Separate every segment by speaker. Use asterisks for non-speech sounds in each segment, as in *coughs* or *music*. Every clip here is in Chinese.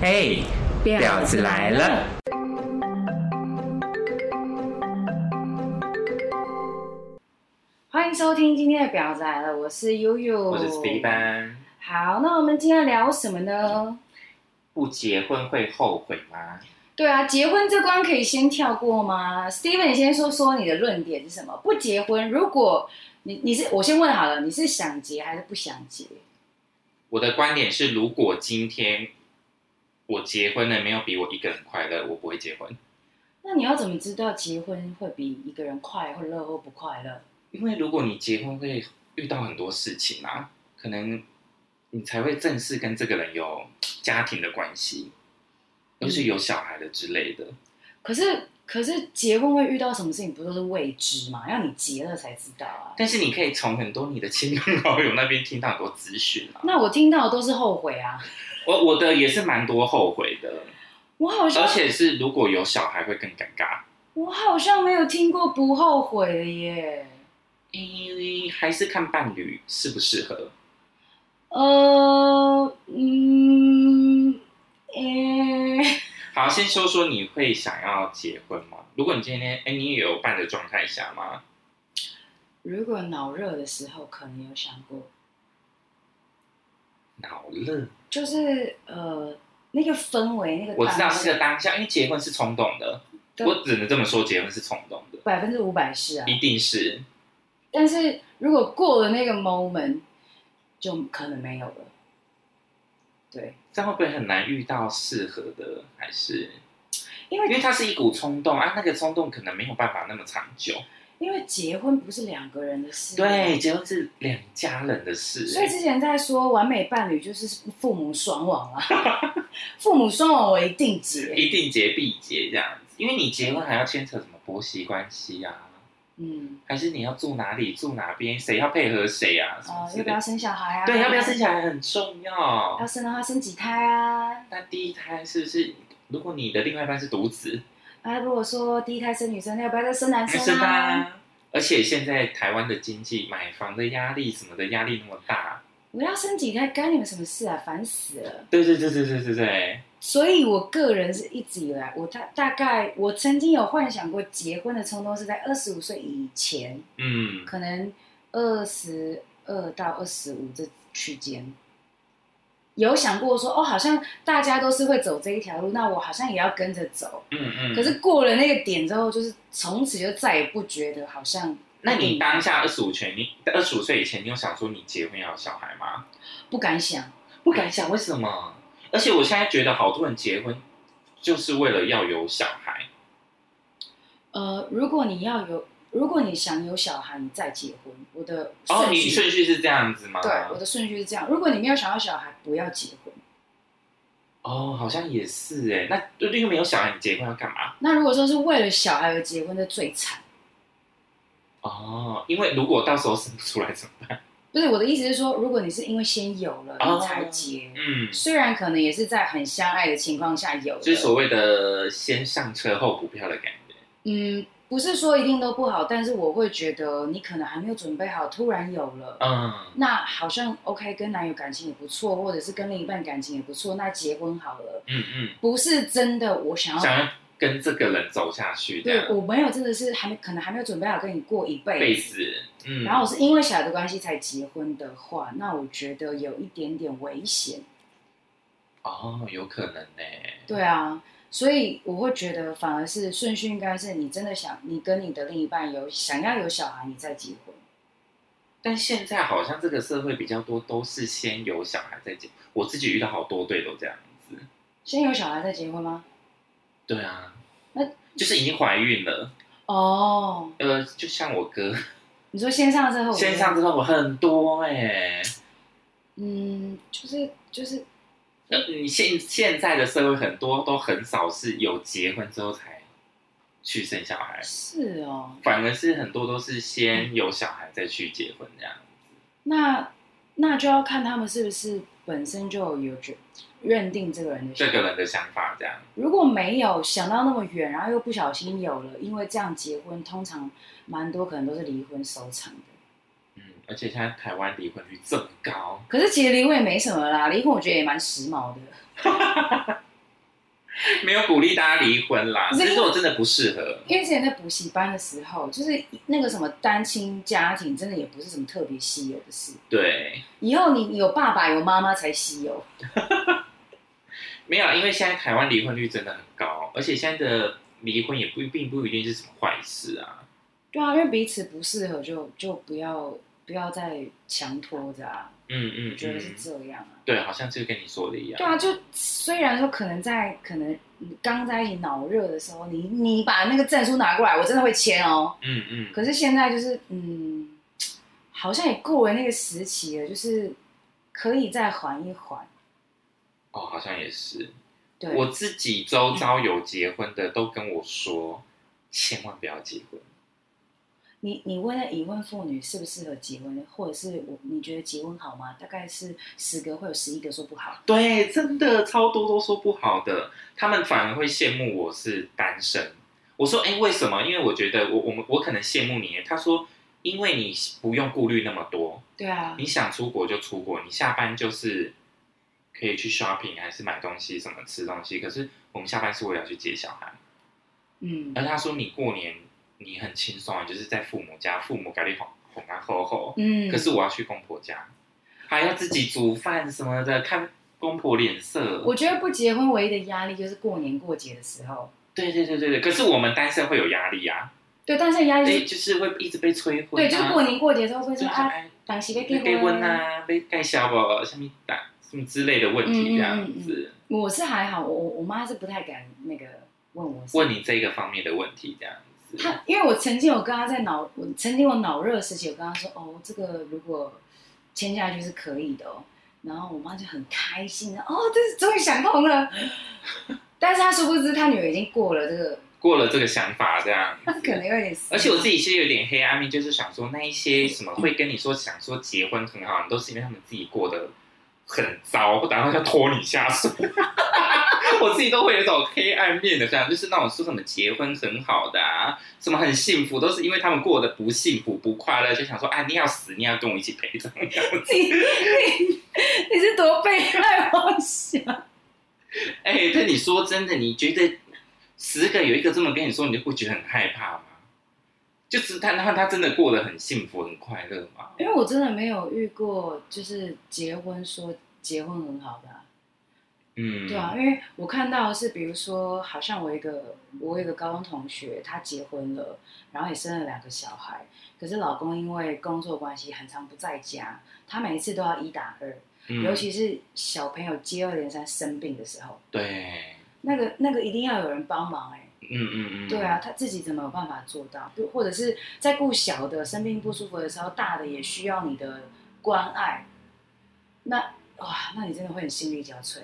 Speaker 1: 嘿，婊子来了！
Speaker 2: 欢迎收听今天的婊仔了，我是悠悠，
Speaker 1: 我是 Steven，
Speaker 2: 好，那我们今天聊什么呢？
Speaker 1: 不结婚会后悔吗？
Speaker 2: 对啊，结婚这关可以先跳过吗？Steven，你先说说你的论点是什么？不结婚，如果你你是我先问好了，你是想结还是不想结？
Speaker 1: 我的观点是，如果今天我结婚了，没有比我一个人快乐，我不会结婚。
Speaker 2: 那你要怎么知道结婚会比一个人快或乐或不快乐？
Speaker 1: 因为如果你结婚会遇到很多事情啊，可能你才会正式跟这个人有家庭的关系，尤其有小孩的之类的。
Speaker 2: 可是可是结婚会遇到什么事情，不都是未知嘛？要你结了才知道啊。
Speaker 1: 但是你可以从很多你的亲朋好友那边听到很多资讯啊。
Speaker 2: 那我听到的都是后悔啊，
Speaker 1: 我我的也是蛮多后悔的，
Speaker 2: 我好像
Speaker 1: 而且是如果有小孩会更尴尬，
Speaker 2: 我好像没有听过不后悔的耶。
Speaker 1: 因为还是看伴侣适不适合。
Speaker 2: 呃，嗯，呃诶、
Speaker 1: 好，先说说你会想要结婚吗？如果你今天哎、你也有伴的状态下吗？
Speaker 2: 如果脑热的时候，可能有想过，
Speaker 1: 脑热，
Speaker 2: 就是呃，那个氛围，那个
Speaker 1: 我知
Speaker 2: 当
Speaker 1: 道那
Speaker 2: 下
Speaker 1: 个当下，因为结婚是冲动的，
Speaker 2: 对
Speaker 1: 我只能这么说，结婚是冲动的，
Speaker 2: 百分之五百是啊，
Speaker 1: 一定是
Speaker 2: 但是如果过了那个 moment，就可能没有了。对，
Speaker 1: 这样会不会很难遇到适合的？还是
Speaker 2: 因为
Speaker 1: 因为它是一股冲动啊，那个冲动可能没有办法那么长久。
Speaker 2: 因为结婚不是两个人的事，啊
Speaker 1: 对，，结婚是两家人的事，欸
Speaker 2: 所以之前在说完美伴侣就是父母双亡啊，父母双亡我一定结，
Speaker 1: 一定结必结这样子，因为你结婚还要牵扯什么婆媳关系啊，
Speaker 2: 嗯，
Speaker 1: 还是你要住哪里住哪边，谁要配合谁啊，什么
Speaker 2: 啊、
Speaker 1: 之
Speaker 2: 要不
Speaker 1: 类
Speaker 2: 要
Speaker 1: 的。
Speaker 2: 生小孩啊？
Speaker 1: 对，要不要生小孩很重要
Speaker 2: 要。生的话生几胎啊？
Speaker 1: 那第一胎是不是？如果你的另外一半是独子，
Speaker 2: 啊，如果说第一胎生女生，那要不要再生男
Speaker 1: 是
Speaker 2: 生啊？
Speaker 1: 吧？而且现在台湾的经济、买房的压力什么的压力那么大，
Speaker 2: 我要生几胎干你们什么事啊？烦死了！
Speaker 1: 对对对对对对对，
Speaker 2: 所以我个人是一直以来，我大大概我曾经有幻想过结婚的冲动是在二十五岁以前，
Speaker 1: 嗯，
Speaker 2: 可能二十二到二十五这区间。有想过说哦，好像大家都是会走这一条路，那我好像也要跟着走。
Speaker 1: 嗯嗯。
Speaker 2: 可，是过了那个点之后，就是从此就再也不觉得好像嗯
Speaker 1: 那你当下二十五岁，你二十五岁以前，你有想说你结婚要有小孩吗？
Speaker 2: 不敢想。
Speaker 1: 不敢想为什么。而且我现在觉得好多人结婚就是为了要有小孩，
Speaker 2: 呃，如果你要有，如果你想有小孩，你再结婚。我的
Speaker 1: 哦，
Speaker 2: 顺
Speaker 1: 你
Speaker 2: 序、
Speaker 1: 顺序是这样子吗？
Speaker 2: 对我的顺序是这样：如果你没有想要小孩，不要结婚。
Speaker 1: 哦，好像也是哎，那对对，又没有小孩，你结婚要干嘛？
Speaker 2: 那如果说是为了小孩而结婚，那最惨。
Speaker 1: 哦，因为如果到时候生不出来怎么办？
Speaker 2: 不是我的意思是说，如果你是因为先有了
Speaker 1: 哦
Speaker 2: 你才结，
Speaker 1: 嗯，
Speaker 2: 虽然可能也是在很相爱的情况下有
Speaker 1: 就是
Speaker 2: 的，
Speaker 1: 所谓的先上车后补票的感觉。
Speaker 2: 嗯，不是说一定都不好，但是我会觉得你可能还没有准备好，突然有了。
Speaker 1: 嗯，
Speaker 2: 那好像 OK，跟男友感情也不错，或者是跟另一半感情也不错，那结婚好了，
Speaker 1: 嗯嗯，
Speaker 2: 不是真的我想要
Speaker 1: 想要跟这个人走下去这
Speaker 2: 对，
Speaker 1: 样
Speaker 2: 我没有真的是还没可能还没有准备好跟你过一辈
Speaker 1: 辈
Speaker 2: 子。
Speaker 1: 子，嗯，
Speaker 2: 然后我是因为小孩的关系才结婚的话，那我觉得有一点点危险。
Speaker 1: 哦，有可能呢。
Speaker 2: 对啊，所以我会觉得反而是顺序应该是你真的想你跟你的另一半有想要有小孩，你再结婚。
Speaker 1: 但现在好像这个社会比较多都是先有小孩再结，我自己遇到好多对都这样子。
Speaker 2: 先有小孩再结婚吗？
Speaker 1: 对啊，
Speaker 2: 那
Speaker 1: 就是已经怀孕了。
Speaker 2: 哦，
Speaker 1: 呃，就像我哥，
Speaker 2: 你说先上之后，
Speaker 1: 先上之后我很多哎、
Speaker 2: 嗯，就是就是
Speaker 1: 呃，你现现在的社会很多都很少是有结婚之后才去生小孩，
Speaker 2: 是哦，
Speaker 1: 反而是很多都是先有小孩再去结婚这样。
Speaker 2: 那那就要看他们是不是本身就有觉认定这个人的
Speaker 1: 这
Speaker 2: 想法
Speaker 1: 个人的想法这样，
Speaker 2: 如果没有想到那么远，然后又不小心有了，因为这样结婚，通常蛮多可能都是离婚收场的。
Speaker 1: 嗯，而且现在台湾离婚率这么高，
Speaker 2: 可是其实离婚也没什么啦，离婚我觉得也蛮时髦的。
Speaker 1: 没有鼓励大家离婚啦，
Speaker 2: 不是
Speaker 1: 只是我真的不适合。
Speaker 2: 因为之前在补习班的时候，就是那个什么单亲家庭，真的也不是什么特别稀有的事。
Speaker 1: 对，
Speaker 2: 以后你有爸爸有妈妈才稀有，
Speaker 1: 没有，因为现在台湾离婚率真的很高，而且现在的离婚也不并不一定是什么坏事啊。
Speaker 2: 对啊，因为彼此不适合就就不要不要再强拖着啊，
Speaker 1: 嗯
Speaker 2: 我
Speaker 1: 嗯
Speaker 2: 觉得是
Speaker 1: 嗯，
Speaker 2: 这样啊。
Speaker 1: 对，好像就跟你说的一样。
Speaker 2: 对啊，就虽然说可能在可能你刚在一起脑热的时候，你你把那个证书拿过来，我真的会签哦。
Speaker 1: 嗯嗯，
Speaker 2: 可是现在就是嗯，好像也过了那个时期了，就是可以再缓一缓。
Speaker 1: 哦，好像也是。
Speaker 2: 对，
Speaker 1: 我自己周遭有结婚的都跟我说，千万不要结婚。
Speaker 2: 你你问了已婚妇女适不适合结婚，或者是我你觉得结婚好吗？大概是十个会有十一个说不好。
Speaker 1: 对，真的超多都说不好的，他们反而会羡慕我是单身。我说，哎，为什么？因为我觉得我我们我可能羡慕你。他说，因为你不用顾虑那么多，
Speaker 2: 对啊，
Speaker 1: 你想出国就出国，你下班就是可以去 shopping 还是买东西什么吃东西。可是我们下班是为了去接小孩。
Speaker 2: 嗯
Speaker 1: 而他说，你过年你很轻松啊，就是在父母家，父母给你哄哄啊吼吼。
Speaker 2: 嗯，
Speaker 1: 可是我要去公婆家，还要自己煮饭什么的，看公婆脸色。
Speaker 2: 我觉得不结婚唯一的压力就是过年过节的时候，
Speaker 1: 对对对对对，可是我们单身会有压力啊，
Speaker 2: 对，但是压力、
Speaker 1: 所
Speaker 2: 就
Speaker 1: 以
Speaker 2: 是
Speaker 1: 就是会一直被哎催婚、啊。
Speaker 2: 对，就是过年过节的时候会
Speaker 1: 就是
Speaker 2: 说啊，
Speaker 1: 哎，
Speaker 2: 当时被
Speaker 1: 被
Speaker 2: 结
Speaker 1: 结
Speaker 2: 婚
Speaker 1: 婚啊，被盖小宝什么打什么之类的问
Speaker 2: 嗯
Speaker 1: 题这样子，
Speaker 2: 我是还好，我我我妈是不太敢那个问我什么。
Speaker 1: 问你这个方面的问题这样子。
Speaker 2: 她因为我曾经有跟她在脑，我曾经我脑热的时期，我跟她说哦，这个如果签下去是可以的哦。然后我妈就很开心哦，这是终于想通了。但是她殊不知，她女儿已经过了这个，
Speaker 1: 过了这个想法这样
Speaker 2: 她可能
Speaker 1: 子。
Speaker 2: 有点。
Speaker 1: 而且我自己其实有点黑暗面，就是想说那一些什么会跟你说想说结婚很好，都是因为他们自己过得很糟，然后要拖你下水。我自己都会有一种黑暗面的，这样就是那种说什么结婚很好的啊，什么很幸福，都是因为他们过得不幸福不快乐，就想说啊，你要死，你要跟我一起陪葬。
Speaker 2: *laughs* 你你你是多被害妄想？
Speaker 1: 哎、但你说真的，你觉得十个有一个这么跟你说，你就不觉得很害怕吗？就是他，他他真的过得很幸福很快乐吗？
Speaker 2: 因为我真的没有遇过，就是结婚说结婚很好的啊、
Speaker 1: 嗯，
Speaker 2: 对啊，因为我看到的是，比如说，好像我有一个我有一个高中同学，她结婚了，然后也生了两个小孩，可是老公因为工作关系很常不在家，她每一次都要一打二，
Speaker 1: 嗯，
Speaker 2: 尤其是小朋友接二连三生病的时候，
Speaker 1: 对，
Speaker 2: 那个那个一定要有人帮忙哎、
Speaker 1: 嗯嗯嗯，
Speaker 2: 对啊，，他自己怎么有办法做到？就或者是在顾小的生病不舒服的时候，大的也需要你的关爱。那哇，那你真的会很心力交瘁。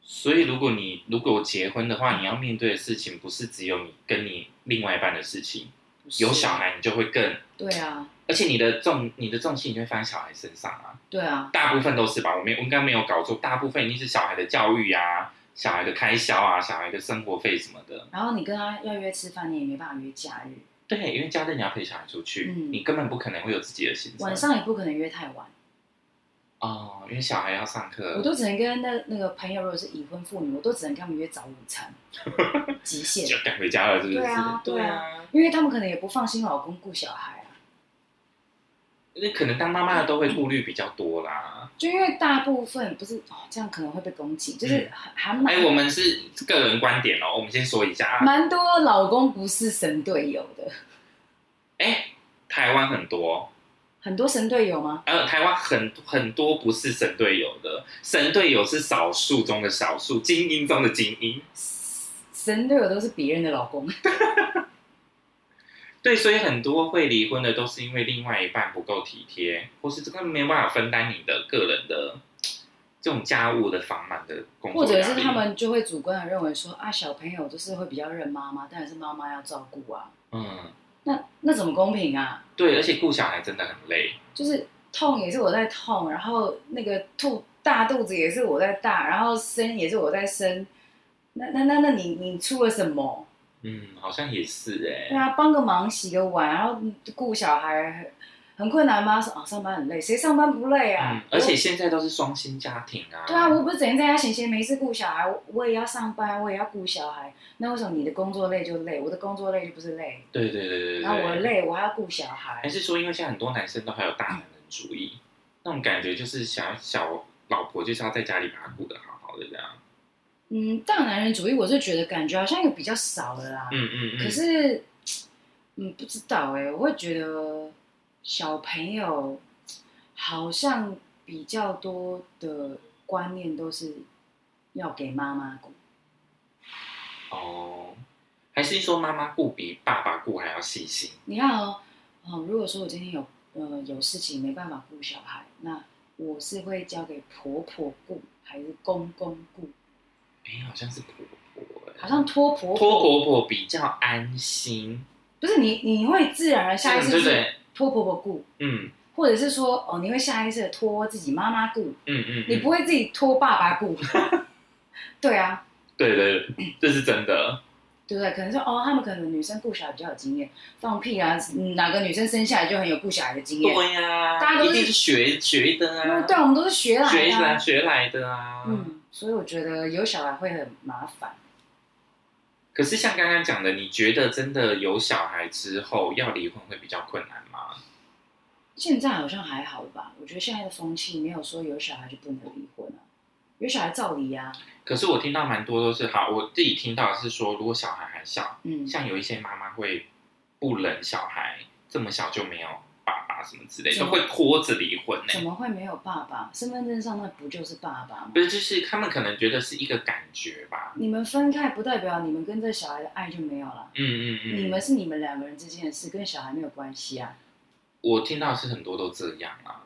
Speaker 1: 所以，如果你如果结婚的话，你要面对的事情不是只有你跟你另外一半的事情，
Speaker 2: 不是
Speaker 1: 有小，孩你就会更，
Speaker 2: 对啊，
Speaker 1: 而且你的重你的重心你会放在小孩身上啊，
Speaker 2: 对啊，
Speaker 1: 大部分都是吧？我没我应该没有搞错，大部分一定是小孩的教育啊，小孩的开销啊，小孩的生活费什么的。
Speaker 2: 然后你跟他要约吃饭，你也没办法约假日，
Speaker 1: 对，因为家政你要陪小孩出去，
Speaker 2: 嗯
Speaker 1: 你根本不可能会有自己的行程。
Speaker 2: 晚上也不可能约太晚。
Speaker 1: 哦，因为小孩要上课，
Speaker 2: 我都只能跟那那个朋友，如果是已婚妇女，我都只能跟他们约早午
Speaker 1: *laughs*
Speaker 2: 餐，极限
Speaker 1: 就，赶回家了，是不是？
Speaker 2: 对啊对
Speaker 1: 啊，
Speaker 2: 因为他们可能也不放心老公顾小孩啊。
Speaker 1: 那可能当妈妈的都会顾虑比较多啦。
Speaker 2: 就因为大部分不是哦，这样可能会被攻击，就是还还蛮
Speaker 1: 哎、我们是个人观点哦，我们先说一下啊。
Speaker 2: 蛮多老公不是神队友的，
Speaker 1: 哎、台湾很多，
Speaker 2: 很多神队友吗？
Speaker 1: 呃，台湾很很多不是神队友的，神队友是少数中的少数，精英中的精英。
Speaker 2: 神队友都是别人的老公，
Speaker 1: 对，所以很多会离婚的都是因为另外一半不够体贴，或是这个没有办法分担你的个人的这种家务的繁忙的工作
Speaker 2: 或
Speaker 1: 压力，
Speaker 2: 者是他们就会主观的认为说啊，小朋友就是会比较认妈妈，当然是妈妈要照顾啊，
Speaker 1: 嗯，
Speaker 2: 那那怎么公平啊？
Speaker 1: 对，而且顾小孩真的很累，
Speaker 2: 就是痛也是我在痛，然后那个肚大肚子也是我在大，然后生也是我在生，那那那那你你出了什么？
Speaker 1: 嗯，好像也是哎、
Speaker 2: 对啊，帮个忙洗个碗，然后顾小孩，很困难吗？说哦，上班很累，谁上班不累啊？
Speaker 1: 嗯，而且现在都是双薪家庭啊。
Speaker 2: 对啊，我不是整天在家闲闲没事顾小孩，我我也要上班，我也要顾小孩。那为什么你的工作累就累，我的工作累就不是累？
Speaker 1: 对对对对对对。
Speaker 2: 然后我累，我还要顾小孩
Speaker 1: 还。是说，因为现在很多男生都还有大男人主义，那种感觉就是想要小老婆就是要在家里把她顾得好好的这样。
Speaker 2: 嗯，大男人主义，我是觉得感觉好像又比较少了啦。
Speaker 1: 嗯嗯嗯。
Speaker 2: 可是，嗯，不知道哎、我会觉得小朋友好像比较多的观念都是要给妈妈顾。
Speaker 1: 哦，还是说妈妈顾比爸爸顾还要细心？
Speaker 2: 你看哦，哦，如果说我今天有呃有事情没办法顾小孩，那我是会交给婆婆顾还是公公顾？
Speaker 1: 哎、好像是婆婆、欸，
Speaker 2: 好像托婆
Speaker 1: 托婆婆比较安心。
Speaker 2: 不是你，你会自然而下意识
Speaker 1: 嗯对
Speaker 2: 去
Speaker 1: 对，
Speaker 2: 托婆婆顾，
Speaker 1: 嗯
Speaker 2: 或者是说哦，你会下意识的托自己妈妈顾，
Speaker 1: 嗯嗯，
Speaker 2: 你
Speaker 1: 嗯
Speaker 2: 不会自己托爸爸顾。 *laughs* 对啊，
Speaker 1: 对对对，这是
Speaker 2: *clears throat*
Speaker 1: 真的。
Speaker 2: 对不对？可能说哦，他们可能女生顾小孩比较有经验，放屁啊！嗯哪个女生生下来就很有顾小孩的经验？
Speaker 1: 对呀、
Speaker 2: 大家都
Speaker 1: 一
Speaker 2: 是
Speaker 1: 定是学学的
Speaker 2: 因为
Speaker 1: 啊，
Speaker 2: 对，我们都是学来
Speaker 1: 学
Speaker 2: 的、啊
Speaker 1: 来。学来的啊。
Speaker 2: 嗯，所以我觉得有小孩会很麻烦。
Speaker 1: 可是像刚刚讲的，你觉得真的有小孩之后要离婚会比较困难吗？
Speaker 2: 现在好像还好吧，我觉得现在的风气没有说有小孩就不能离婚啊，有小孩照离啊。
Speaker 1: 可是我听到蛮多都是好，我自己听到的是说，如果小孩还小，
Speaker 2: 嗯，
Speaker 1: 像有一些妈妈会不忍小孩这么小就没有爸爸什么之类，
Speaker 2: 怎
Speaker 1: 都
Speaker 2: 么
Speaker 1: 会拖着离婚欸呢、
Speaker 2: 怎么会没有爸爸？身份证上那不就是爸爸吗
Speaker 1: 不？是，就是他们可能觉得是一个感觉吧。
Speaker 2: 你们分开不代表你们跟这小孩的爱就没有了，
Speaker 1: 嗯嗯嗯。
Speaker 2: 你们是你们两个人之间的事，跟小孩没有关系啊。
Speaker 1: 我听到的是很多都这样啊，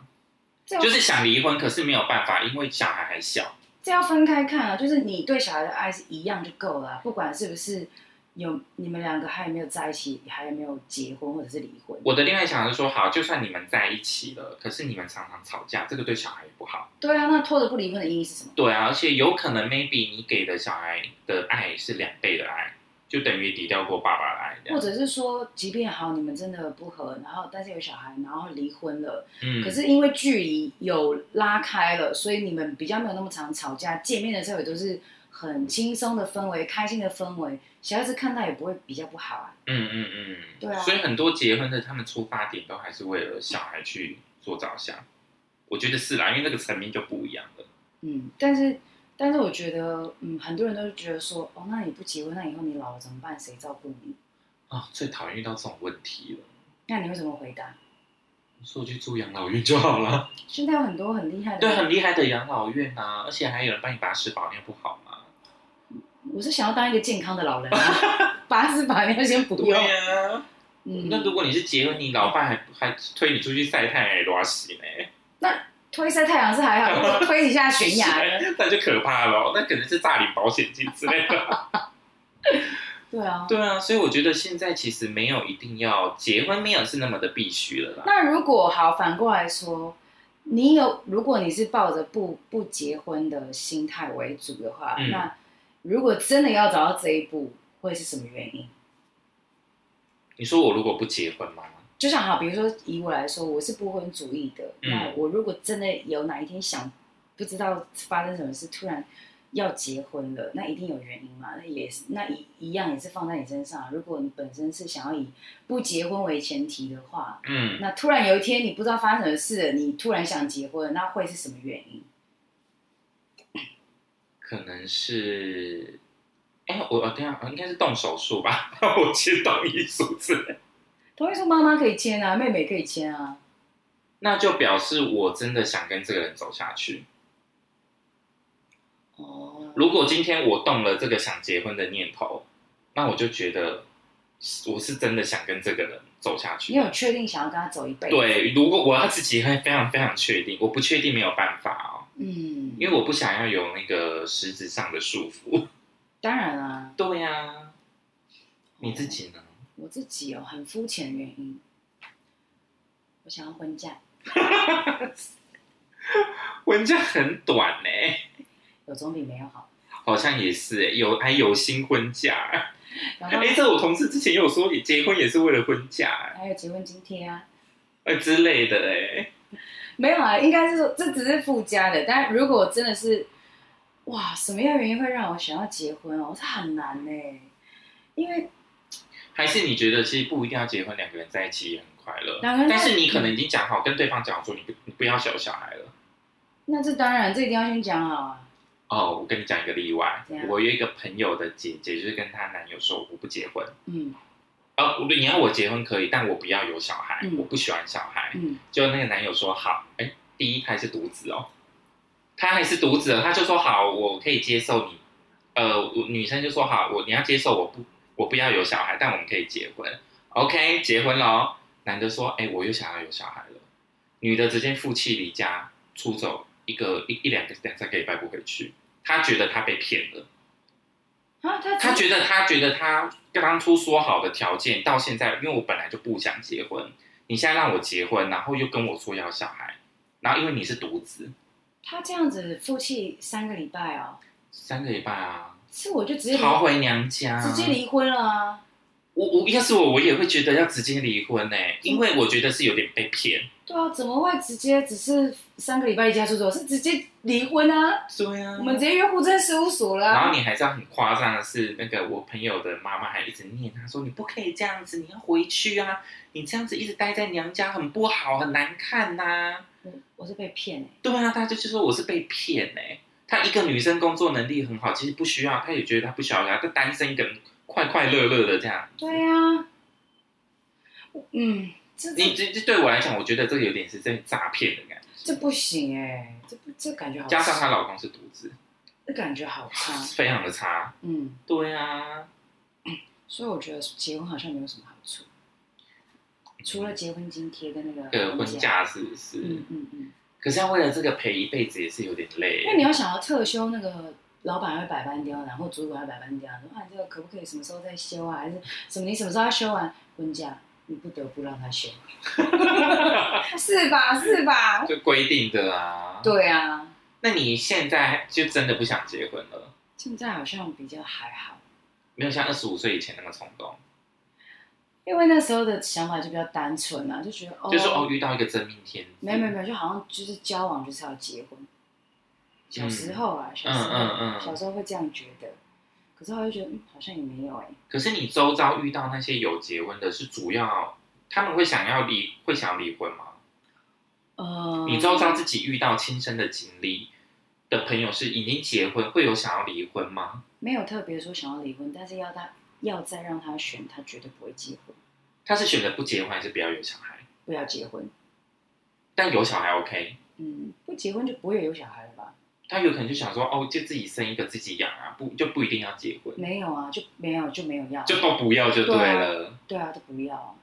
Speaker 2: 这要
Speaker 1: 就是想离婚，可是没有办法，因为小孩还小。
Speaker 2: 这要分开看啊，就是你对小孩的爱是一样就够了啊、不管是不是有你们两个还有没有在一起，还有没有结婚或者是离婚，
Speaker 1: 我的另外想的是说，好，就算你们在一起了，可是你们常常吵架，这个对小孩也不好。
Speaker 2: 对啊，那拖着不离婚的意义是什么？
Speaker 1: 对啊，而且有可能 maybe 你给的小孩的爱是两倍的爱，就等于抵掉过爸爸的爱这样。
Speaker 2: 或者是说，即便好你们真的不和，然后但是有小孩，然后离婚了，
Speaker 1: 嗯，
Speaker 2: 可是因为距离有拉开了，所以你们比较没有那么常吵架，见面的时候也都是很轻松的氛围，开心的氛围，小孩子看到也不会比较不好啊。
Speaker 1: 嗯嗯嗯，
Speaker 2: 对啊
Speaker 1: 所以很多结婚的他们出发点都还是为了小孩去做着想，我觉得是啦，因为那个层面就不一样了。
Speaker 2: 嗯，但是但是我觉得，嗯，很多人都觉得说，哦，那你不结婚，那以后你老了怎么办？谁照顾你？
Speaker 1: 啊、最讨厌遇到这种问题了。
Speaker 2: 那你会怎么回答？
Speaker 1: 我说我去住养老院就好
Speaker 2: *laughs*
Speaker 1: 了，
Speaker 2: 现在有很多很厉害的，
Speaker 1: 对，很厉害的养老院啊，而且还有人帮你把屎保尿不好吗？
Speaker 2: 我是想要当一个健康的老人、啊， *laughs* 把屎把尿先不用。
Speaker 1: 呀、
Speaker 2: 嗯，
Speaker 1: 那如果你是结婚，你老伴还还推你出去晒太阳拉屎呢？
Speaker 2: 推晒太阳是还好，如 *laughs* 果推一下悬崖呢？
Speaker 1: *laughs* 那就可怕了，那可能是诈领保险金之
Speaker 2: *laughs*
Speaker 1: 类的。
Speaker 2: 对啊。
Speaker 1: 对啊，所以我觉得现在其实没有一定要结婚，没有是那么的必须了啦。
Speaker 2: 那如果好，反过来说，你有如果你是抱着不不结婚的心态为主的话，
Speaker 1: 嗯
Speaker 2: 那如果真的要走到这一步，会是什么原因？
Speaker 1: 你说我如果不结婚吗？
Speaker 2: 就像好，比如说以我来说，我是不婚主义的，
Speaker 1: 嗯
Speaker 2: 那我如果真的有哪一天想不知道发生什么事，突然要结婚了，那一定有原因嘛？那也是那一一样也是放在你身上。如果你本身是想要以不结婚为前提的话，
Speaker 1: 嗯，
Speaker 2: 那突然有一天你不知道发生什么事了，你突然想结婚，那会是什么原因？
Speaker 1: 可能是，哎、我我等一下应该是动手术吧， *laughs* 我去动艺术之类的。
Speaker 2: 同意说妈妈可以签啊，妹妹可以签啊，
Speaker 1: 那就表示我真的想跟这个人走下去。
Speaker 2: 哦，
Speaker 1: 如果今天我动了这个想结婚的念头，那我就觉得我是真的想跟这个人走下去
Speaker 2: 你。有确定想要跟他走一辈子？，
Speaker 1: 对，如果我要自己很非常非常确定，我不确定没有办法哦，
Speaker 2: 嗯，
Speaker 1: 因为我不想要有那个实质上的束缚。 *laughs*
Speaker 2: 当然啊，
Speaker 1: 对呀、你自己呢？
Speaker 2: 我自己有很肤浅的原因，我想要婚假，
Speaker 1: 文假很短呢、
Speaker 2: 有总比没有好。
Speaker 1: 好像也是、欸、有还有新婚假，
Speaker 2: 然后
Speaker 1: 哎、这我同事之前也有说，结婚也是为了婚假、
Speaker 2: 还有结婚津贴啊，
Speaker 1: 呃之类的哎、
Speaker 2: 没有啊，应该是说这只是附加的。但如果真的是，哇，什么样的原因会让我想要结婚哦？这很难呢、
Speaker 1: 嗯
Speaker 2: 因为
Speaker 1: 还是你觉得其实不一定要结婚，两个人在一起也很快乐。
Speaker 2: 两个人在
Speaker 1: 但是你可能已经讲好，跟对方讲说你不你不要小小孩了。
Speaker 2: 那这当然，这一定要先讲好啊。
Speaker 1: 哦，我跟你讲一个例外
Speaker 2: 怎样，
Speaker 1: 我有一个朋友的姐姐，就是跟她男友说我不结婚，
Speaker 2: 嗯
Speaker 1: 呃，你要我结婚可以，但我不要有小孩，
Speaker 2: 嗯
Speaker 1: 我不喜欢小孩。
Speaker 2: 嗯，
Speaker 1: 就那个男友说好，哎，第一胎是独子哦，他还是独子了，他就说好，我可以接受你，呃，我女生就说好，我你要接受我不，我不要有小孩，但我们可以结婚，OK，结婚喽。男的说，哎，我又想要有小孩了，女的直接负气离家出走，一个一一两个两三个礼拜不回去，他觉得他被骗了，
Speaker 2: 啊，他
Speaker 1: 他觉得他觉得他当初说好的条件到现在，因为我本来就不想结婚，你现在让我结婚，然后又跟我说要小孩，然后因为你是独子，
Speaker 2: 他这样子夫妻三个礼拜哦，
Speaker 1: 三个礼拜啊，
Speaker 2: 是我就直接离
Speaker 1: 逃回娘家、
Speaker 2: 直接离婚了啊。
Speaker 1: 我我要是我，我也会觉得要直接离婚呢、因为我觉得是有点被骗。
Speaker 2: 对啊，怎么会直接只是三个礼拜离家出走？是直接离婚啊？
Speaker 1: 对啊
Speaker 2: 我们直接约户政事务所了、
Speaker 1: 然
Speaker 2: 啊
Speaker 1: 后。你还知道很夸张的是，那个我朋友的妈妈还一直念他说：“你不可以这样子，你要回去啊！你这样子一直待在娘家很不好，很难看呐、
Speaker 2: 我我是被骗哎、
Speaker 1: 对啊，他就是说我是被骗哎、她一个女生工作能力很好，其实不需要，她也觉得她不需要她她单身一个人快快乐乐的这样。
Speaker 2: 对呀、啊，我嗯，这
Speaker 1: 你
Speaker 2: 这
Speaker 1: 这这对我来讲，我觉得这个有点是在诈骗的感觉。
Speaker 2: 这不行哎、这不这感觉好
Speaker 1: 加上
Speaker 2: 差，
Speaker 1: 她老公是独子，
Speaker 2: 这感觉好差。
Speaker 1: 非常的差。
Speaker 2: 嗯，
Speaker 1: 对啊，
Speaker 2: 所以我觉得结婚好像没有什么好处，除了结婚津贴跟那个
Speaker 1: 这个婚
Speaker 2: 假。
Speaker 1: 嫁是不是？
Speaker 2: 嗯嗯嗯，
Speaker 1: 可是要为了这个赔一辈子也是有点累
Speaker 2: 因。为你要想要特休，那个老板会百般刁难，或主管会百般刁难，说啊，你这个可不可以什么时候再休啊？还是什么你什么时候要休完婚假？你不得不让他休， *laughs* 是吧？是吧？
Speaker 1: 就规定的啊。。
Speaker 2: 对啊，
Speaker 1: 那你现在就真的不想结婚了？
Speaker 2: 现在好像比较还好。
Speaker 1: 没有像二十五岁以前那么冲动，
Speaker 2: 因为那时候的想法就比较单纯啊，就觉得哦，
Speaker 1: 就说哦，遇到一个真命天子。
Speaker 2: 没有没有没有，就好像就是交往就是要结婚。小时候啊，小时候、
Speaker 1: 嗯嗯
Speaker 2: 小时候会这样觉得，可是后来就觉得嗯，好像也没有哎、
Speaker 1: 可是你周遭遇到那些有结婚的，是主要他们会想要离，会想要离婚吗？
Speaker 2: 呃，
Speaker 1: 你周遭自己遇到亲身的经历的朋友是已经结婚，会有想要离婚吗？
Speaker 2: 没有特别说想要离婚，但是要他要再让他选，他绝对不会结婚，
Speaker 1: 他是选择不结婚，还是不要有小孩？
Speaker 2: 不要结婚，
Speaker 1: 但有小孩 OK，
Speaker 2: 嗯，不结婚就不会有小孩了吧？
Speaker 1: 他有可能就想说，哦，就自己生一个自己养啊，不就不一定要结婚，
Speaker 2: 没有啊，就没有就没有要，
Speaker 1: 就都不要就对了。
Speaker 2: 对啊，都不要啊，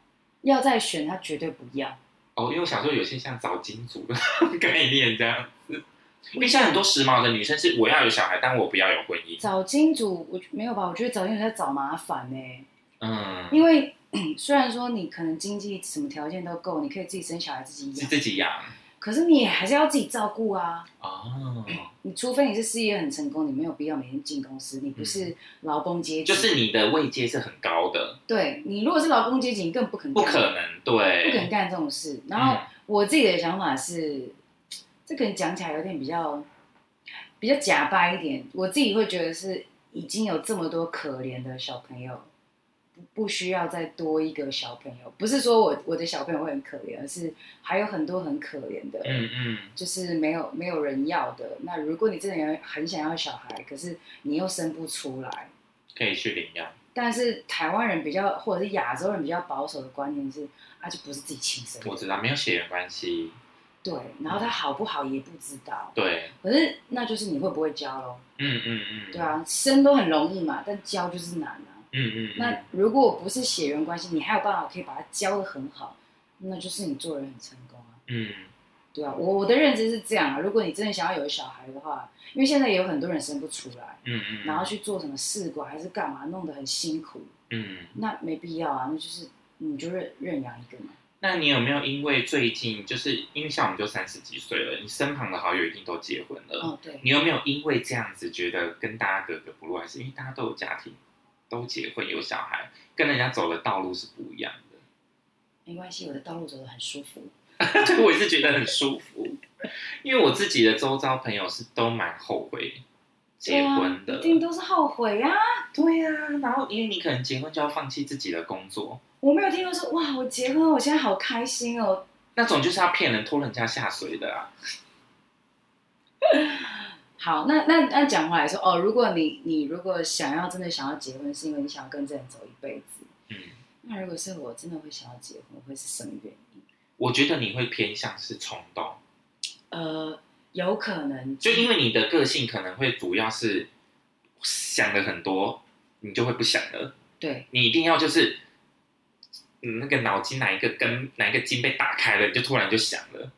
Speaker 2: 要再选他绝对不要，
Speaker 1: 哦，因为我想说有些像找金主的概念这样子，因为现在很多时髦的女生是我要有小孩，但我不要有婚姻。
Speaker 2: 找金主我没有吧？我觉得找金主在找麻烦呢、
Speaker 1: 嗯，
Speaker 2: 因为 *clears throat* 虽然说你可能经济什么条件都够，你可以自己生小孩自己
Speaker 1: 是
Speaker 2: 养，
Speaker 1: 自己养
Speaker 2: 可是你也还是要自己照顾啊。
Speaker 1: 哦。
Speaker 2: 你除非你是事业很成功，你没有必要每天进公司，你不是劳工阶级，
Speaker 1: 嗯就是你的位阶是很高的，
Speaker 2: 对你如果是劳工阶级，你更不可能
Speaker 1: 不
Speaker 2: 干
Speaker 1: 可能
Speaker 2: 嗯不可能
Speaker 1: 对。
Speaker 2: 干这种事。然后
Speaker 1: 嗯，
Speaker 2: 我自己的想法是，这个讲起来有点比较比较假掰一点，我自己会觉得是已经有这么多可怜的小朋友，不不需要再多一个小朋友。不是说我我的小朋友会很可怜，而是还有很多很可怜的，
Speaker 1: 嗯嗯，
Speaker 2: 就是没有没有人要的。那如果你真的很想要小孩，可是你又生不出来，
Speaker 1: 可以去领养。
Speaker 2: 但是台湾人比较，或者是亚洲人比较保守的观念是，啊，就不是自己亲生的，
Speaker 1: 我知道没有血缘关系，
Speaker 2: 对，然后他好不好也不知道，
Speaker 1: 嗯对，
Speaker 2: 可是那就是你会不会教咯，
Speaker 1: 嗯嗯嗯，
Speaker 2: 对，啊，生都很容易嘛，但教就是难啊。
Speaker 1: 嗯嗯，嗯
Speaker 2: 那如果不是血缘关系，你还有办法可以把它教的很好，那就是你做人很成功啊，
Speaker 1: 嗯
Speaker 2: 对啊，我我的认知是这样啊，如果你真的想要有小孩的话，因为现在也有很多人生不出来，
Speaker 1: 嗯嗯，
Speaker 2: 然后去做什么试管还是干嘛，弄得很辛苦，
Speaker 1: 嗯，
Speaker 2: 那没必要啊，那就是你就认认养一个嘛。
Speaker 1: 那你有没有因为最近就是因为像我们就三十几岁了，你身旁的好友一定都结婚了，
Speaker 2: 哦，对，
Speaker 1: 你有没有因为这样子觉得跟大家格格不入，还是因为大家都有家庭，都结婚有小孩，跟人家走的道路是不一样的？
Speaker 2: 没关系，我的道路走得很舒服。
Speaker 1: 我也是觉得很舒服，因为我自己的周遭朋友是都蛮后悔结婚
Speaker 2: 对啊
Speaker 1: 的
Speaker 2: 一，定都是后悔呀、啊！
Speaker 1: 对呀、然后因为你可能结婚就要放弃自己的工作，
Speaker 2: 我没有听到说哇，我结婚，我现在好开心哦。
Speaker 1: 那种就是要骗人拖人家下水的啊。
Speaker 2: 好，那那那讲回来说哦，如果你你如果想要真的想要结婚，是因为你想要跟这人走一辈子。
Speaker 1: 嗯，
Speaker 2: 那如果是我真的会想要结婚，会是什么原因？
Speaker 1: 我觉得你会偏向是冲动，
Speaker 2: 呃，有可能
Speaker 1: 就因为你的个性可能会主要是想的很多，你就会不想了。
Speaker 2: 对
Speaker 1: 你一定要就是，嗯，那个脑筋哪一个根哪一个筋被打开了，你就突然就想了，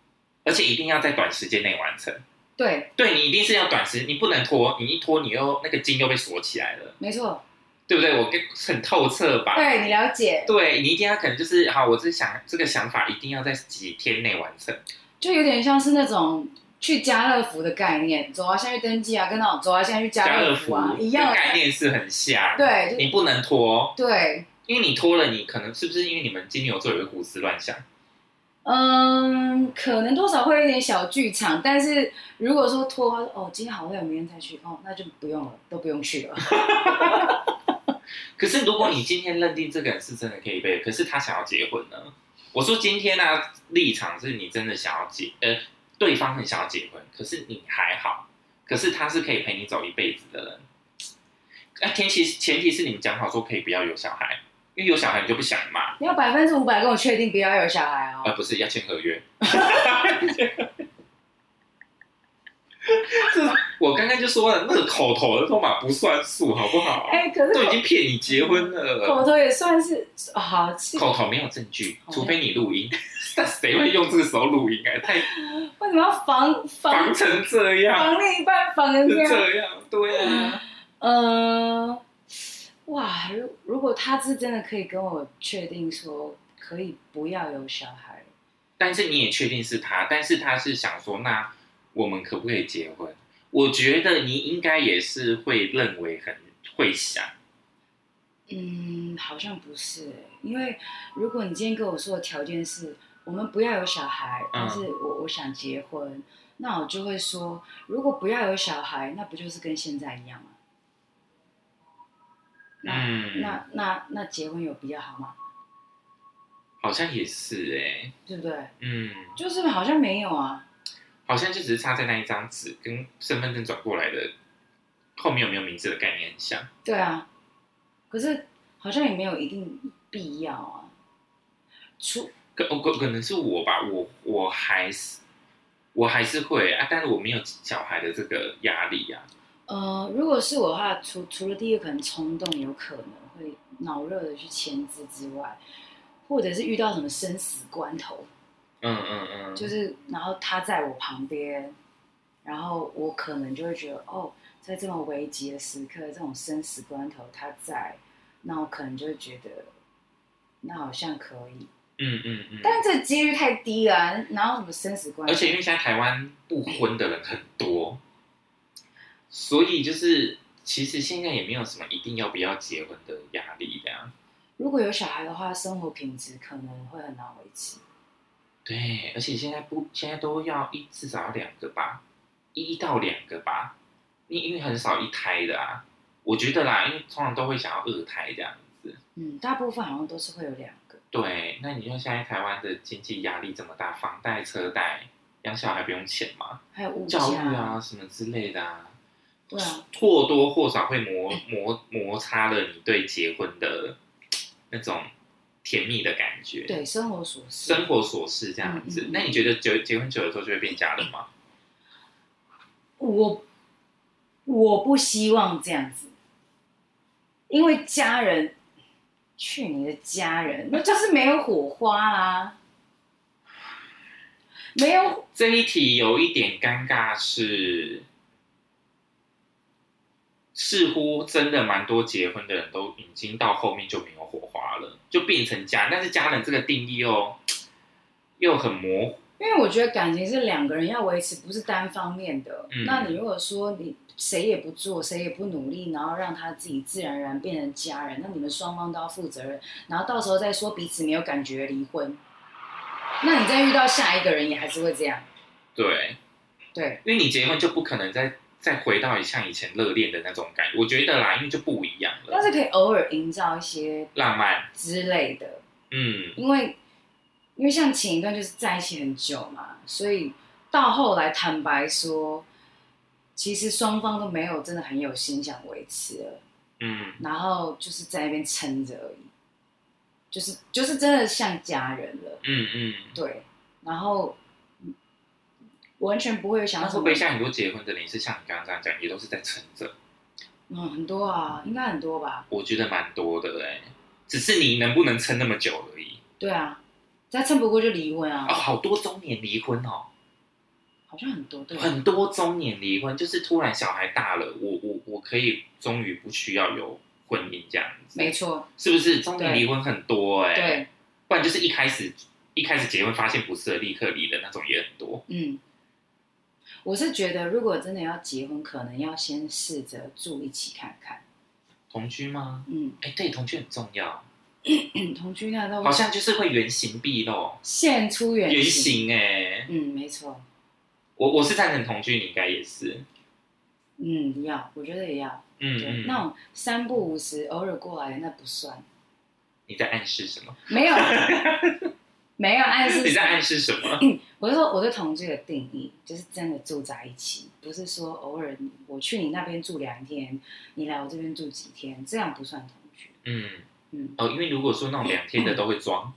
Speaker 1: 而且一定要在短时间内完成。
Speaker 2: 对，
Speaker 1: 对你一定是要短时，你不能拖，你一拖你又那个筋又被锁起来了，
Speaker 2: 没错，
Speaker 1: 对不对？我跟很透彻吧？
Speaker 2: 对你了解，
Speaker 1: 对你一定要可能就是好，我这想这个想法一定要在几天内完成。
Speaker 2: 就有点像是那种去家乐福的概念，走啊，现在去登记啊，跟那种走啊，现在去
Speaker 1: 家
Speaker 2: 家
Speaker 1: 乐
Speaker 2: 乐
Speaker 1: 福
Speaker 2: 福啊一
Speaker 1: 的
Speaker 2: 样的
Speaker 1: 概，念是很像，
Speaker 2: 对，就
Speaker 1: 你不能拖，
Speaker 2: 对，
Speaker 1: 因为你拖了，你可能是不是因为你们金牛座有个胡思乱想？
Speaker 2: 嗯，可能多少会有点小剧场，但是如果说拖他说哦，今天好累，我明天再去，哦，那就不用了，都不用去了。 *laughs*
Speaker 1: 可是如果你今天认定这个人是真的可以被，可是他想要结婚呢？我说今天呢、啊立场是你真的想要结，呃，对方很想要结婚，可是你还好，可是他是可以陪你走一辈子的人。那、前提前提是你们讲好说可以不要有小孩，因为有小孩你就不想嘛，
Speaker 2: 你要百分之五百跟我确定不要有小孩
Speaker 1: 而
Speaker 2: 哦。
Speaker 1: 不是要签合约。 *laughs* 这我刚刚就说了，那个口头的都嘛不算数，好不好？
Speaker 2: 哎、可
Speaker 1: 都已
Speaker 2: 是
Speaker 1: 经骗你结婚了。
Speaker 2: 口头也算是、哦、好，是
Speaker 1: 口头没有证据，
Speaker 2: 哦
Speaker 1: 除非你录音， *laughs* 但谁会用这个时候录音啊？太
Speaker 2: 为什么要防防
Speaker 1: 防成这样，
Speaker 2: 防另一半防成
Speaker 1: 是
Speaker 2: 这样？
Speaker 1: 这样，对啊，
Speaker 2: 嗯，哇，如如果他是真的可以跟我确定说可以不要有小孩，
Speaker 1: 但是你也确定是他，但是他是想说，那我们可不可以结婚？我觉得你应该也是会认为很会想，
Speaker 2: 嗯，好像不是欸、因为如果你今天跟我说的条件是我们不要有小孩，但是我我想结婚，那我就会说，如果不要有小孩，那不就是跟现在一样吗？那、
Speaker 1: 嗯，
Speaker 2: 那那那结婚有比较好吗？
Speaker 1: 好像也是哎、
Speaker 2: 对不对？
Speaker 1: 嗯，
Speaker 2: 就是好像没有啊，
Speaker 1: 好像就只是差在那一张纸跟身份证转过来的后面有没有名字的概念很像。
Speaker 2: 对啊，可是好像也没有一定必要啊，除
Speaker 1: 可哦可可能是我吧，我我还是我还是会啊，但是我没有小孩的这个压力啊。
Speaker 2: 呃，如果是我的话，除除了第一个可能冲动有可能会脑热的去签字之外，或者是遇到什么生死关头，
Speaker 1: 嗯嗯嗯，
Speaker 2: 就是然后他在我旁边，然后我可能就会觉得哦，在这么危急的时刻，这种生死关头他在，那我可能就会觉得那好像可以，
Speaker 1: 嗯嗯嗯。
Speaker 2: 但这几率太低了啊，哪有什么生死关头？
Speaker 1: 而且因为现在台湾不婚的人很多，所以就是其实现在也没有什么一定要不要结婚的啊压力这样。
Speaker 2: 如果有小孩的话，生活品质可能会很难维持。
Speaker 1: 对，而且现在不现在都要一至少要两个吧，一到两个吧，因因为很少一胎的啊，我觉得啦，因为通常都会想要二胎这样子。
Speaker 2: 嗯，大部分好像都是会有两个。
Speaker 1: 对，那你就现在台湾的经济压力这么大，房贷、车贷，养小孩不用钱嘛，
Speaker 2: 还有物价
Speaker 1: 教育啊什么之类的啊，
Speaker 2: 对啊，
Speaker 1: 或多或少会磨磨摩擦了你对结婚的那种甜蜜的感觉，，
Speaker 2: 对生活琐事，
Speaker 1: 生活琐事这样子。
Speaker 2: 嗯嗯嗯
Speaker 1: 那你觉得结结婚久了之后就会变家人吗？
Speaker 2: 我我不希望这样子，因为家人，去你的家人，那就是没有火花啦，没有
Speaker 1: 这一题有一点尴尬是，似乎真的蛮多结婚的人都已经到后面就没有哦火花了，就变成家，但是家人这个定义又又很模糊，
Speaker 2: 因为我觉得感情是两个人要维持，不是单方面的。
Speaker 1: 嗯
Speaker 2: 那你如果说你谁也不做，谁也不努力，然后让他自己自然而然变成家人，那你们双方都要负责任，然后到时候再说彼此没有感觉离婚，那你再遇到下一个人也还是会这样。
Speaker 1: 对，
Speaker 2: 对，
Speaker 1: 因为你结婚就不可能再再回到像以前热恋的那种感觉，我觉得啦，因为就不一样
Speaker 2: 但
Speaker 1: 了，
Speaker 2: 是可以偶尔营造一些
Speaker 1: 浪漫，
Speaker 2: 之类的，
Speaker 1: 嗯
Speaker 2: 因为因为像前一段就是在一起很久嘛，所以到后来坦白说，其实双方都没有真的很有心想维持了。
Speaker 1: 嗯，
Speaker 2: 然后就是在那边撑着而已，就是就是真的像家人了，
Speaker 1: 嗯嗯，
Speaker 2: 对，然后嗯完全不会有想
Speaker 1: 那
Speaker 2: 要
Speaker 1: 会
Speaker 2: 什
Speaker 1: 不
Speaker 2: 么
Speaker 1: 会，像很多结婚的人也是像你刚刚这样讲，也都是在撑着？
Speaker 2: 嗯，很多啊，应该很多吧，
Speaker 1: 我觉得蛮多的哎、只是你能不能撑那么久而已。
Speaker 2: 对啊，再撑不过就离婚啊
Speaker 1: 哦，，好多中年离婚哦，
Speaker 2: 好像很多对吧，
Speaker 1: 很多中年离婚就是突然小孩大了，我我我可以终于不需要有婚姻这样子，啊
Speaker 2: 没，错，
Speaker 1: 是不是？中年
Speaker 2: 对
Speaker 1: 离婚很多哎、
Speaker 2: 对，
Speaker 1: 不然就是一开始一开始结婚发现不适合立刻离的那种也很多。
Speaker 2: 嗯，我是觉得如果真的要结婚，可能要先试着住一起看看，
Speaker 1: 同居吗？
Speaker 2: 嗯， *coughs*
Speaker 1: 哎，对，同居很重要，
Speaker 2: 同居那都
Speaker 1: 好像就是会原形毕露，
Speaker 2: 现出原
Speaker 1: 原
Speaker 2: 形，
Speaker 1: 形哎、
Speaker 2: 嗯，没错，
Speaker 1: 我我是赞成同居，你应该也是，
Speaker 2: 嗯，要，我觉得也要。
Speaker 1: 嗯
Speaker 2: 对
Speaker 1: 嗯，，
Speaker 2: 那种三不五时偶尔过来的那不算，
Speaker 1: 你在暗示什么？
Speaker 2: 没
Speaker 1: *laughs*
Speaker 2: 有，没有暗示
Speaker 1: 你
Speaker 2: 什
Speaker 1: 在
Speaker 2: 么。
Speaker 1: 暗示什么？
Speaker 2: 我是说我对同居的定义，就是真的住在一起，不是说偶尔你我去你那边住两天，你来我这边住几天，这样不算同居。
Speaker 1: 嗯
Speaker 2: 嗯，
Speaker 1: 哦，因为如果说那种两天的都会装，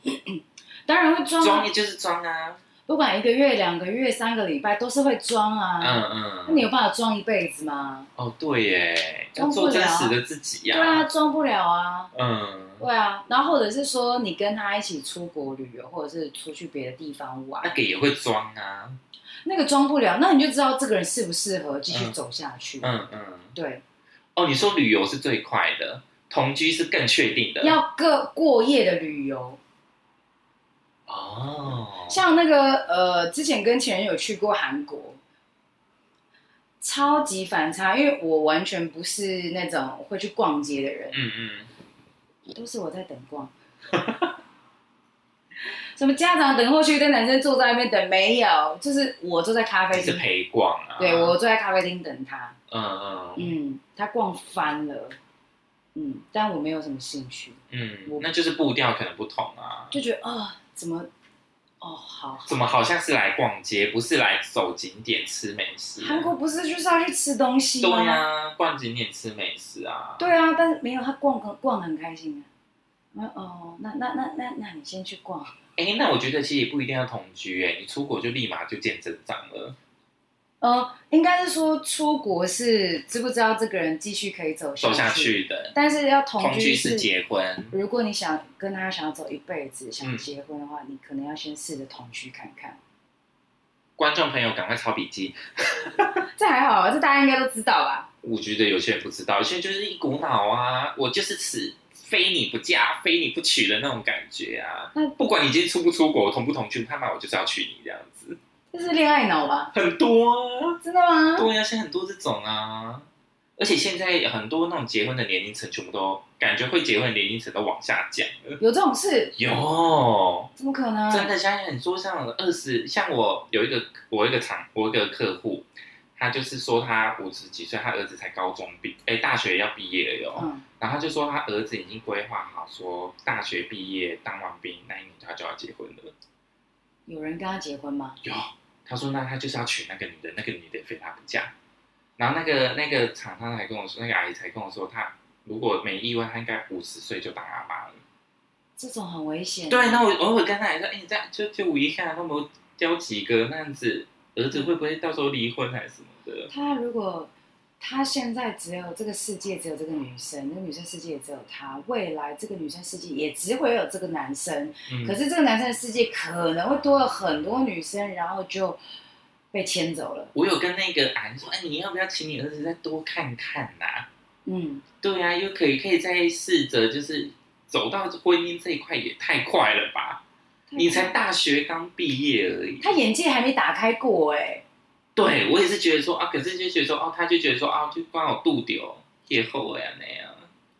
Speaker 2: 当然会装啊，
Speaker 1: 装也就是装啊，
Speaker 2: 不管一个月、两个月、三个礼拜都是会装啊。
Speaker 1: 嗯
Speaker 2: 那
Speaker 1: 嗯
Speaker 2: 你，有办法装一辈子吗？
Speaker 1: 哦对耶，要
Speaker 2: 装不
Speaker 1: 做真
Speaker 2: 了啊
Speaker 1: 实的自己
Speaker 2: 对
Speaker 1: 呀、
Speaker 2: 啊，装不了啊。
Speaker 1: 嗯，
Speaker 2: 对啊，然后或者是说你跟他一起出国旅游，或者是出去别的地方玩，
Speaker 1: 那个也会装啊，
Speaker 2: 那个装不了，那你就知道这个人适不适合继续
Speaker 1: 嗯
Speaker 2: 走下去。
Speaker 1: 嗯嗯，
Speaker 2: 对，
Speaker 1: 哦，你说旅游是最快的，同居是更确定的，
Speaker 2: 要各过夜的旅游，
Speaker 1: 哦，
Speaker 2: 像那个呃，之前跟前任有去过韩国，超级反差，因为我完全不是那种会去逛街的人，
Speaker 1: 嗯嗯。
Speaker 2: 都是我在等逛。 *laughs* 什么家长等候区跟男生坐在那边等，没有，就是我坐在咖啡
Speaker 1: 是
Speaker 2: 厅，
Speaker 1: 陪逛啊。
Speaker 2: 对我坐在咖啡厅等他，
Speaker 1: 嗯嗯
Speaker 2: 嗯，他逛翻了，嗯，但我没有什么兴趣。
Speaker 1: 嗯，那就是步调可能不同啊。
Speaker 2: 就觉得啊、怎么哦好，
Speaker 1: 怎么好像是来逛街，不是来走景点吃美食？啊
Speaker 2: 韩国不是就是要去吃东西
Speaker 1: 对
Speaker 2: 吗？
Speaker 1: 啊，逛景点吃美食啊。
Speaker 2: 对啊但是没有他逛逛逛得很开心啊。那哦，那那那那那你先去逛，
Speaker 1: 哎，那我觉得其实也不一定要同居，哎，你出国就立马就见真章了。
Speaker 2: 呃，应该是说出国是知不知道这个人继续可以走
Speaker 1: 走
Speaker 2: 去，
Speaker 1: 下去的，
Speaker 2: 但是要同
Speaker 1: 同居
Speaker 2: 是
Speaker 1: 是结婚。
Speaker 2: 如果你想跟他想要走一辈子，想
Speaker 1: 嗯
Speaker 2: 结婚的话，你可能要先试着同居看看。
Speaker 1: 观众朋友，赶快抄笔记。
Speaker 2: 这还好啊，这大家应该都知道吧？
Speaker 1: 我觉得有些人不知道，有些人就是一股脑啊，我就是此非你不嫁，非你不娶的那种感觉啊。
Speaker 2: 那
Speaker 1: 不管你今天出不出国，同不同居，他妈我就是要娶你这样子，
Speaker 2: 这是恋爱脑吧？
Speaker 1: 很多啊。
Speaker 2: 真的吗？
Speaker 1: 对呀、现在很多这种啊，而且现在很多那种结婚的年龄层，全部都感觉会结婚的年龄层都往下降了。
Speaker 2: 有这种事？
Speaker 1: 有，
Speaker 2: 怎么可能？
Speaker 1: 真的，像你说像二十，像我有一个我有一个厂，我有一个客户，他就是说他五十几岁，他儿子才高中毕，哎，大学要毕业了哟。
Speaker 2: 嗯，
Speaker 1: 然后他就说他儿子已经规划好，说大学毕业当完兵那一年他就要结婚了。
Speaker 2: 有人跟他结婚吗？
Speaker 1: 有，他说那他就是要娶那个女的，那个女的非他不嫁。然后那个那个厂商才跟我说，那个阿姨才跟我说，她如果没意外，她应该五十岁就当阿妈了。
Speaker 2: 这种很危险。啊
Speaker 1: 对，那我偶尔跟她也说，哎、你这样就就我一看，他们教几个那样子，儿子会不会到时候离婚还是什么的？
Speaker 2: 他如果他现在只有这个世界只有这个女生，那个女生世界也只有他，未来这个女生世界也只会有这个男生。
Speaker 1: 嗯，
Speaker 2: 可是这个男生的世界可能会多了很多女生，然后就被牵走了。
Speaker 1: 我有跟那个阿姨说，哎、你要不要请你儿子再多看看呐、
Speaker 2: 嗯，
Speaker 1: 对啊，又可以可以再试着就是走到婚姻这一块也太快了吧？你才大学刚毕业而已。
Speaker 2: 他眼界还没打开过哎、
Speaker 1: 对我也是觉得说啊，可是就觉得说哦，他就觉得说啊，就光我度丢也后悔啊那样。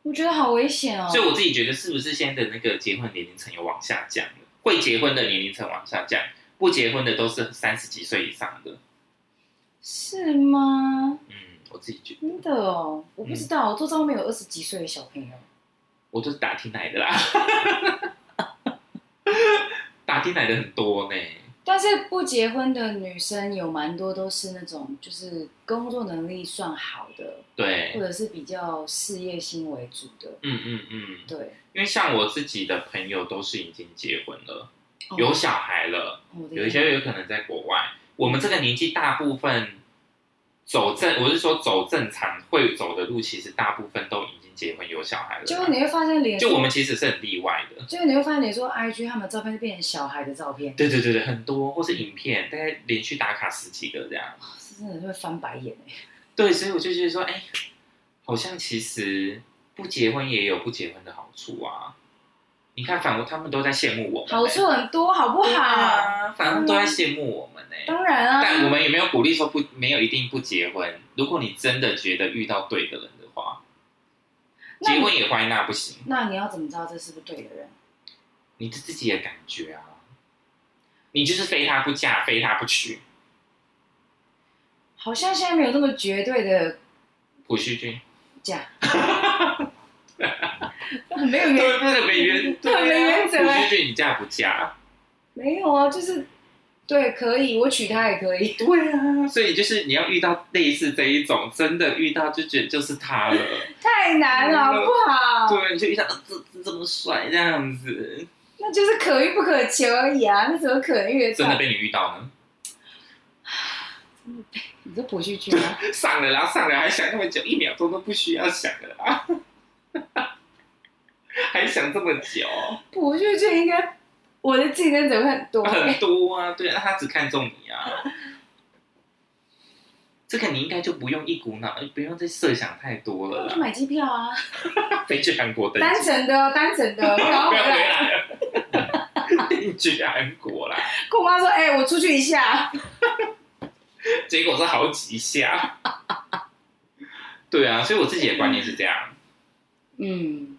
Speaker 2: 我觉得好危险哦。
Speaker 1: 所以我自己觉得，是不是现在的那个结婚年龄层有往下降了？会结婚的年龄层往下降，不结婚的都是三十几岁以上的。
Speaker 2: 是吗？
Speaker 1: 嗯，我自己觉得，
Speaker 2: 真的哦，我
Speaker 1: 嗯
Speaker 2: 不知道，我周遭没有二十几岁的小朋友。
Speaker 1: 我都是打听来的啦。 *laughs* 打听来的很多呢。
Speaker 2: 但是不结婚的女生有蛮多都是那种，就是工作能力算好的，
Speaker 1: 对
Speaker 2: 或，者是比较事业心为主的。
Speaker 1: 嗯嗯嗯，
Speaker 2: 对，
Speaker 1: 因为像我自己的朋友都是已经结婚了，
Speaker 2: 哦
Speaker 1: 有小孩了。
Speaker 2: 我的
Speaker 1: 有一些有可能在国外。我们这个年纪，大部分走正，我是说走正常会走的路，其实大部分都已经结婚有小孩了。
Speaker 2: 就你会发现脸，
Speaker 1: 就我们其实是很例外的。
Speaker 2: 就你会发现脸说 IG 他们的照片就变成小孩的照片，
Speaker 1: 对对对对，很多或是影片，大概连续打卡十几个这样。
Speaker 2: 哇是真的会翻白眼
Speaker 1: *laughs*
Speaker 2: 哎。
Speaker 1: 对，所以我就觉得说，哎，好像其实不结婚也有不结婚的好处啊。你看，反而他们都在羡慕我们、
Speaker 2: 好处很多，好不
Speaker 1: 不
Speaker 2: 好？
Speaker 1: 啊，反而他们都在羡慕我们呢、欸
Speaker 2: 当然啊，
Speaker 1: 但我们也没有鼓励说不，没有一定不结婚。如果你真的觉得遇到对的人的话，
Speaker 2: 那
Speaker 1: 结
Speaker 2: 你
Speaker 1: 婚也怀那不行，
Speaker 2: 那你要怎么知道这是不是对的人？
Speaker 1: 你是自己的感觉啊，你就是非他不嫁，非他不娶。
Speaker 2: 好像现在没有那么绝对的
Speaker 1: 朴叙俊， *laughs*
Speaker 2: 假，很没有原
Speaker 1: 对，不是没原，
Speaker 2: 对啊没原则
Speaker 1: 朴叙俊，你嫁不嫁？
Speaker 2: 没有啊，就是对，可以，我娶她也可以。
Speaker 1: 对啊，所以就是你要遇到类似这一种，真的遇到就觉得就是他了。
Speaker 2: 太难了，好不好？
Speaker 1: 嗯对，你就遇到呃这这这么帅这样子，
Speaker 2: 那就是可遇不可求而已啊，那怎么可能遇得
Speaker 1: 真的
Speaker 2: 到？
Speaker 1: 被你遇到呢？
Speaker 2: 你说朴叙俊吗？ *laughs*
Speaker 1: 上了啦，上了，还想那么久，一秒钟都不需要想了啦， *laughs* 还想这么久，
Speaker 2: 朴叙俊应该我的竞争者会很
Speaker 1: *laughs*
Speaker 2: 多、哎
Speaker 1: 很多啊，对啊，那他只看中你啊，这个你应该就不用一股脑，不用再设想太多了
Speaker 2: 我去
Speaker 1: 啦，
Speaker 2: 买机票啊，
Speaker 1: 飞去韩国登
Speaker 2: 单
Speaker 1: 记，
Speaker 2: 程的哦，单程的哦，然后
Speaker 1: *laughs* 不
Speaker 2: 回
Speaker 1: 要回
Speaker 2: 来。
Speaker 1: 来了，定居韩国啦，
Speaker 2: 跟我妈说：“哎、我出去一下。
Speaker 1: 结果是好几下，对啊，所以我自己的观念是这样，”
Speaker 2: 嗯，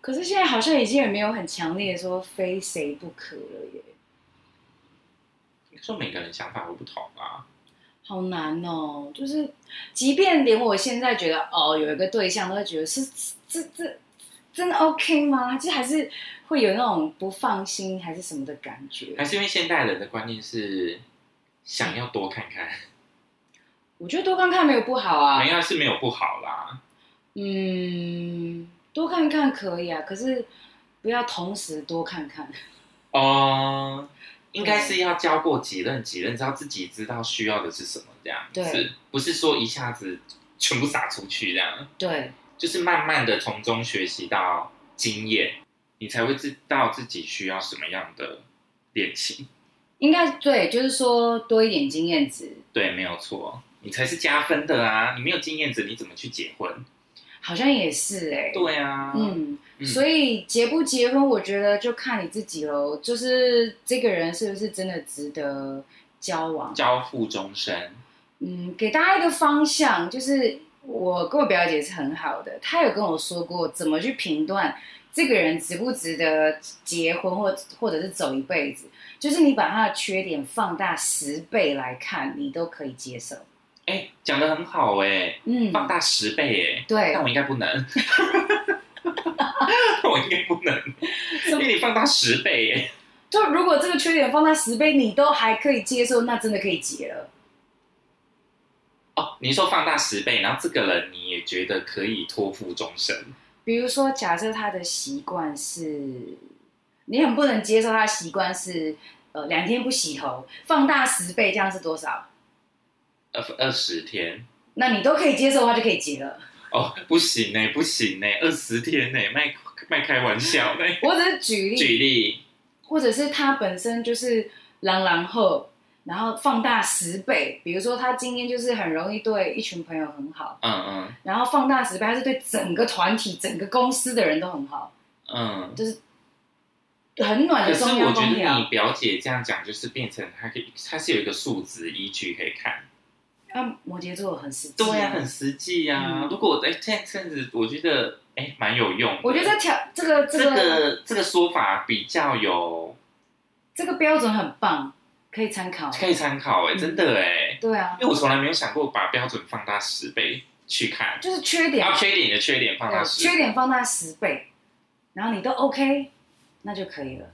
Speaker 2: 可是现在好像已经也没有很强烈地说非谁不可了耶，
Speaker 1: 应该说每个人想法会不同啊。
Speaker 2: 好难哦。就是，即便连我现在觉得哦有一个对象，都会觉得是这这真的 OK 吗？就还是会有那种不放心还是什么的感觉
Speaker 1: 还。是因为现代人的观念是想要多看看，
Speaker 2: 我觉得多看看没有不好啊
Speaker 1: 没，有是没有不好啦。
Speaker 2: 嗯，多看看可以啊，可是不要同时多看看。
Speaker 1: 哦、应该是要教过几任几任，知道自己知道需要的是什么这样
Speaker 2: 对
Speaker 1: 子，不是说一下子全部撒出去这样，
Speaker 2: 对，
Speaker 1: 就是慢慢的从中学习到经验，你才会知道自己需要什么样的恋情。
Speaker 2: 应该对，就是说多一点经验值，
Speaker 1: 对，没有错，你才是加分的啊！你没有经验值，你怎么去结婚？
Speaker 2: 好像也是哎、
Speaker 1: 对啊，
Speaker 2: 嗯，
Speaker 1: 嗯
Speaker 2: 所以结不结婚，我觉得就看你自己喽。就是这个人是不是真的值得交往？
Speaker 1: 交付终身。
Speaker 2: 嗯，给大家一个方向，就是我跟我表姐是很好的，她有跟我说过怎么去评断这个人值不值得结婚或或者是走一辈子，就是你把他的缺点放大十倍来看，你都可以接受。
Speaker 1: 哎、讲的很好哎、
Speaker 2: 嗯，
Speaker 1: 放大十倍哎、
Speaker 2: 对
Speaker 1: 但，我应该不能， *laughs* 我应该不能，因为你放大十倍哎、
Speaker 2: *laughs* 就如果这个缺点放大十倍，你都还可以接受，那真的可以结了。
Speaker 1: 哦，你说放大十倍，然后这个人你也觉得可以托付终身，
Speaker 2: 比如说，假设他的习惯是，你很不能接受他的习惯是，呃，两天不洗头，放大十倍，这样是多少？
Speaker 1: 二二十天
Speaker 2: 那你都可以接受的话，就可以结了。
Speaker 1: 哦，不行哎、不行哎、二十天哎、卖卖开玩笑哎、
Speaker 2: 我只是举例，
Speaker 1: 举例，
Speaker 2: 或者是他本身就是狼狼后，然后放大十倍。比如说，他今天就是很容易对一群朋友很好，
Speaker 1: 嗯嗯
Speaker 2: 然后放大十倍，他是对整个团体、整个公司的人都很好，
Speaker 1: 嗯，
Speaker 2: 就是很暖
Speaker 1: 可
Speaker 2: 的
Speaker 1: 是
Speaker 2: 中
Speaker 1: 我
Speaker 2: 央
Speaker 1: 觉
Speaker 2: 空
Speaker 1: 得你
Speaker 2: 调。
Speaker 1: 表姐这样讲，就是变成她可以，她是有一个数值依据可以看。
Speaker 2: 啊，摩羯座很实际。啊
Speaker 1: 对呀、很实际呀、
Speaker 2: 嗯
Speaker 1: 如果我哎，这样这样子，我觉得哎，蛮有用的。
Speaker 2: 我觉得这条这个这
Speaker 1: 这
Speaker 2: 个
Speaker 1: 个这个说法比较有
Speaker 2: 这个标准很棒，可以参考。
Speaker 1: 可以参考哎，
Speaker 2: 嗯
Speaker 1: 真的哎，
Speaker 2: 对啊，
Speaker 1: 因为我从来没有想过把标准放大十倍去看，
Speaker 2: 就是缺点
Speaker 1: 然，后缺点的缺点放大
Speaker 2: 对
Speaker 1: 十
Speaker 2: 缺
Speaker 1: 倍。
Speaker 2: 点放大十倍，然后你都 OK，那就可以了。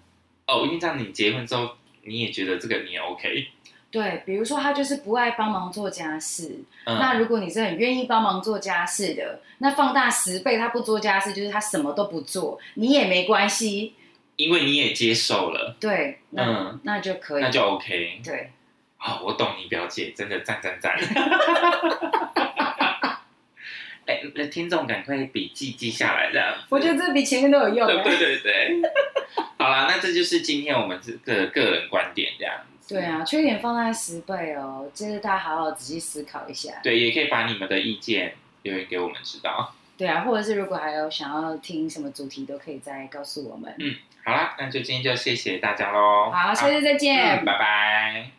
Speaker 1: 哦，因为这样你结婚之后，你也觉得这个你也 OK。
Speaker 2: 对，比如说他就是不爱帮忙做家事，那
Speaker 1: 嗯，
Speaker 2: 如果你是很愿意帮忙做家事的，那放大十倍，他不做家事就是他什么都不做，你也没关系，
Speaker 1: 因为你也接受了，
Speaker 2: 对，那、
Speaker 1: 嗯，
Speaker 2: 那就可以，
Speaker 1: 那就 OK。
Speaker 2: 对，
Speaker 1: 哦，我懂你表姐，真的赞
Speaker 2: *laughs*
Speaker 1: 赞赞。 *laughs* 哎，那听众赶快笔记记下来，这样。
Speaker 2: 我觉得这比前面都有用、
Speaker 1: 对
Speaker 2: 欸。
Speaker 1: 对对对。好啦，那这就是今天我们这个个人观点这样子。
Speaker 2: 对啊，缺点放大十倍哦，就是大家好好仔细思考一下。
Speaker 1: 对，也可以把你们的意见留言给我们知道。
Speaker 2: 对啊，或者是如果还有想要听什么主题，都可以再告诉我们。
Speaker 1: 好啦，那就今天就谢谢大家喽。
Speaker 2: 好，下次再见，
Speaker 1: 嗯，拜拜。